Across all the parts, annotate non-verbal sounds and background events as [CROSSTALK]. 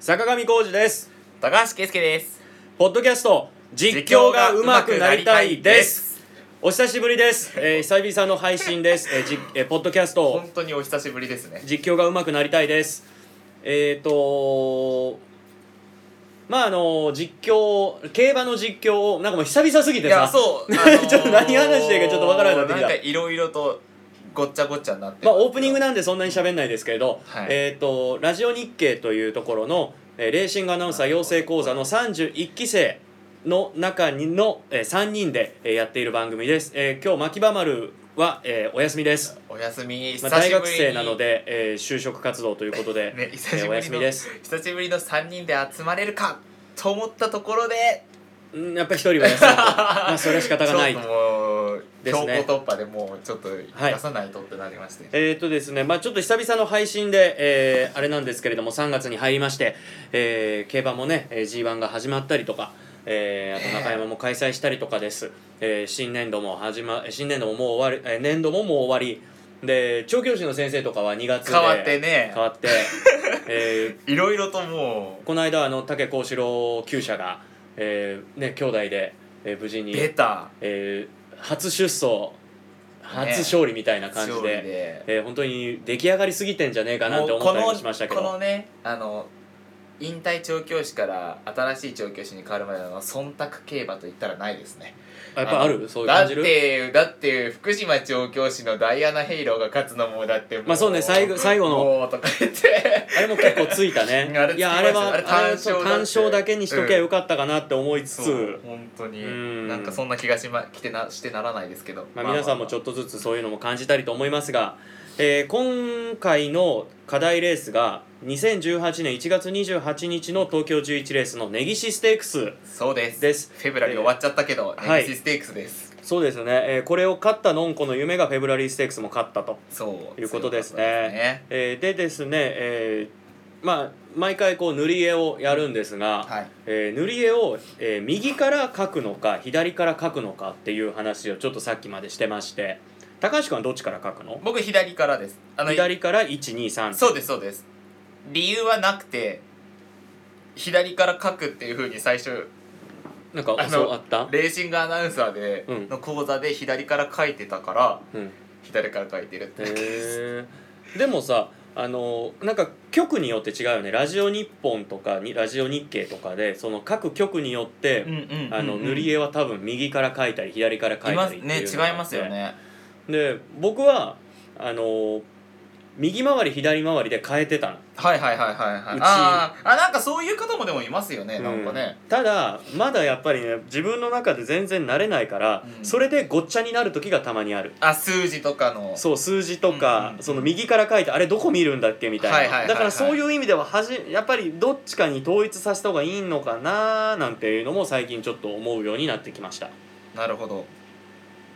坂上浩二です高橋圭介ですポッドキャスト実況が上手くなりたいですお久しぶりです、えー、久々の配信です、えーじえーポッドキャスト本当にお久しぶりですね実況が上手くなりたいですえっ、とまああの実況競馬の実況をなんかもう久々すぎいてやさそ [LAUGHS] う、ちょっと何話していいかちょっとわからなくなってきたなんかいろいろとごっちゃごっちゃになってまあ、オープニングななんでそんなに喋んないですけれど、はいえっ、とラジオ日経というところの、えーレーシングアナウンサー養成講座の31期生の中にの、えー3人で、えーやっている番組です、えー今日牧場丸は、えーお休みです、お休み久しぶまあ、り、大学生なので、えー就職活動ということで、ね久しぶりえーの、お休みです久しぶりの3人で集まれるかと思ったところでうんやっぱり一人は休む [LAUGHS] とまあそれは仕方がないちょっともうですね強行突破でもうちょっと出さないとってなりまして、えーとですね、まあちょっと久々の配信で、えーあれなんですけれども、3月に入りまして、えー競馬もね、えー G1 が始まったりとか、えーあと中山も開催したりとかです。えー新年度も始ま、新年度ももう終わり、えー年度ももう終わり。で、調教師の先生とかは2月で変わってね変わって、えいろいろともーこの間、あの、竹幸四郎厩舎が、えーね、兄弟で、えー無事うに、出たえー初出走、初勝利みたいな感じ勝利でえー、本当に出来上がりすぎてんじゃねえかなってもう思こったりのもしましたけどこのねあの引退調教師から新しい調教師に変わるまでの忖度競馬と言ったらないですねあやっぱあるそういうだ感っじるてだって福島調教師のダイアナ・ヘイローが勝つのもだってもまあそうね最後最後のもうとか言ってあれも結構ついたねあれつい [LAUGHS] きましたやあれはああれ単勝れはそうだって単勝だけにしときゃよかったかなって思いつつ、そう本当にうんなんかそんな気がしまきてなしてならないですけどまあ、皆さんもちょっっとずつそういうのも感じたりと思いますが、えー今回の課題レースが2018年1月28日の東京11レースの根岸ステークスとそうですですフェブラリー終わっちゃったけど、えーはいネギシステークスですそうですね、えーこれを勝ったのんこの夢がフェブラリーステークスも勝ったとそういうことですねそういうことですねえーでですね、えーまあ毎回こう塗り絵をやるんですが、はいえー塗り絵を、えー右から描くのか左から描くのかっていう話をちょっとさっきまでしてまして高橋君はどっちから描くの僕左からですあの左から123そうですそうです理由はなくて左から書くっていうふうに最初なんかあのそうあった、レーシングアナウンサーでうんの講座で左から書いてたからうん左から書いてるってだけです、へーでもさあのなんか局によって違うよねラジオ日本とかにラジオ日経とかでその各局によって、うんあの塗り絵は多分右から描いたり左から描いいたますりってね違いうのがあっていますよねで僕はあのー右回り左回りで変えてたの、はいはいはいはいはういちあーあなんかそういう方もでもいますよねなんかね、ただまだやっぱりね自分の中で全然慣れないから、うんそれでごっちゃになる時がたまにあるあ数字とかのそう数字とか、うんその右から書いてあれどこ見るんだっけみたいな、はいはいはいはいだからそういう意味でははじやっぱりどっちかに統一させた方がいいのかななんていうのも最近ちょっと思うようになってきましたなるほど、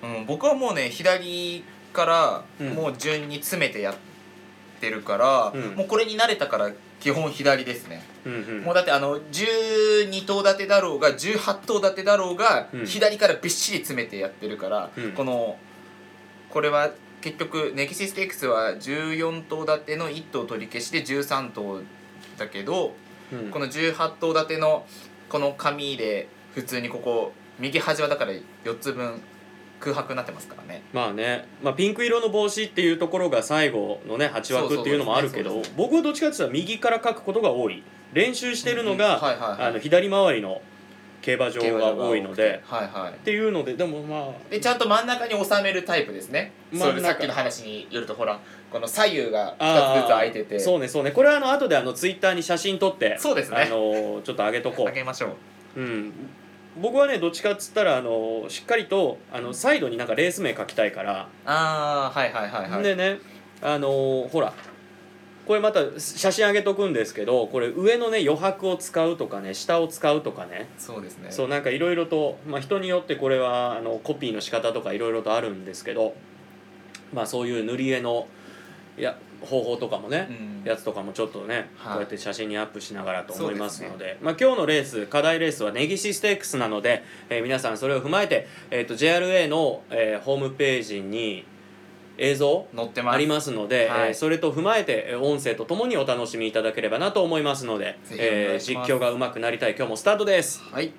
うん、僕はもうね左からうんもう順に詰めてやってるから、うんもうこれに慣れたから基本左ですね、うんうんもうだってあの12頭立てだろうが18頭立てだろうが、うん左からびっしり詰めてやってるから、うんこのこれは結局ネキシステークスは14頭立ての1頭取り消しで13頭だけど、うんこの18頭立てのこの紙で普通にここ右端はだから4つ分空白になってますからねまあね、まあ、ピンク色の帽子っていうところが最後のね8枠っていうのもあるけど、そうそうそう僕はどっちかっていうと右から書くことが多い練習してるのうんが、はいはいはいあの左回りの競馬場競馬が場が多いのではいはっていうのででもまあいでちゃんと真ん中に収めるタイプですね真ん中そうさっきの話によるとほらこの左右が2あつーずつ空いててそうねそうねこれはあの後であのツイッターに写真撮ってそうですねあのちょっと上げとこあげましょうう、うん、僕はねどっちかっつったらあのしっかりとあのサイドになんかレース名書きたいから、ああはいはいはいはいでねあのーほらこれまた写真上げとくんですけどこれ上のね余白を使うとかね下を使うとかねそうですねそうなんかいろいろと、まあ、人によってこれはあのコピーの仕方とかいろいろとあるんですけど、まあ、そういう塗り絵のいや方法とかもね、んやつとかもちょっとね、はいこうやって写真にアップしながらと思いますのそでうでまあ、今日のレース課題レースは根岸ステークスなので、えー皆さんそれを踏まえて、えー、と JRA の、えーホームページに映像載ってますありますので、はいえーそれと踏まえてえー音声とともにお楽しみいただければなと思いますのでぜひお願いしますえー実況が上手くなりたい今日もスタートですはい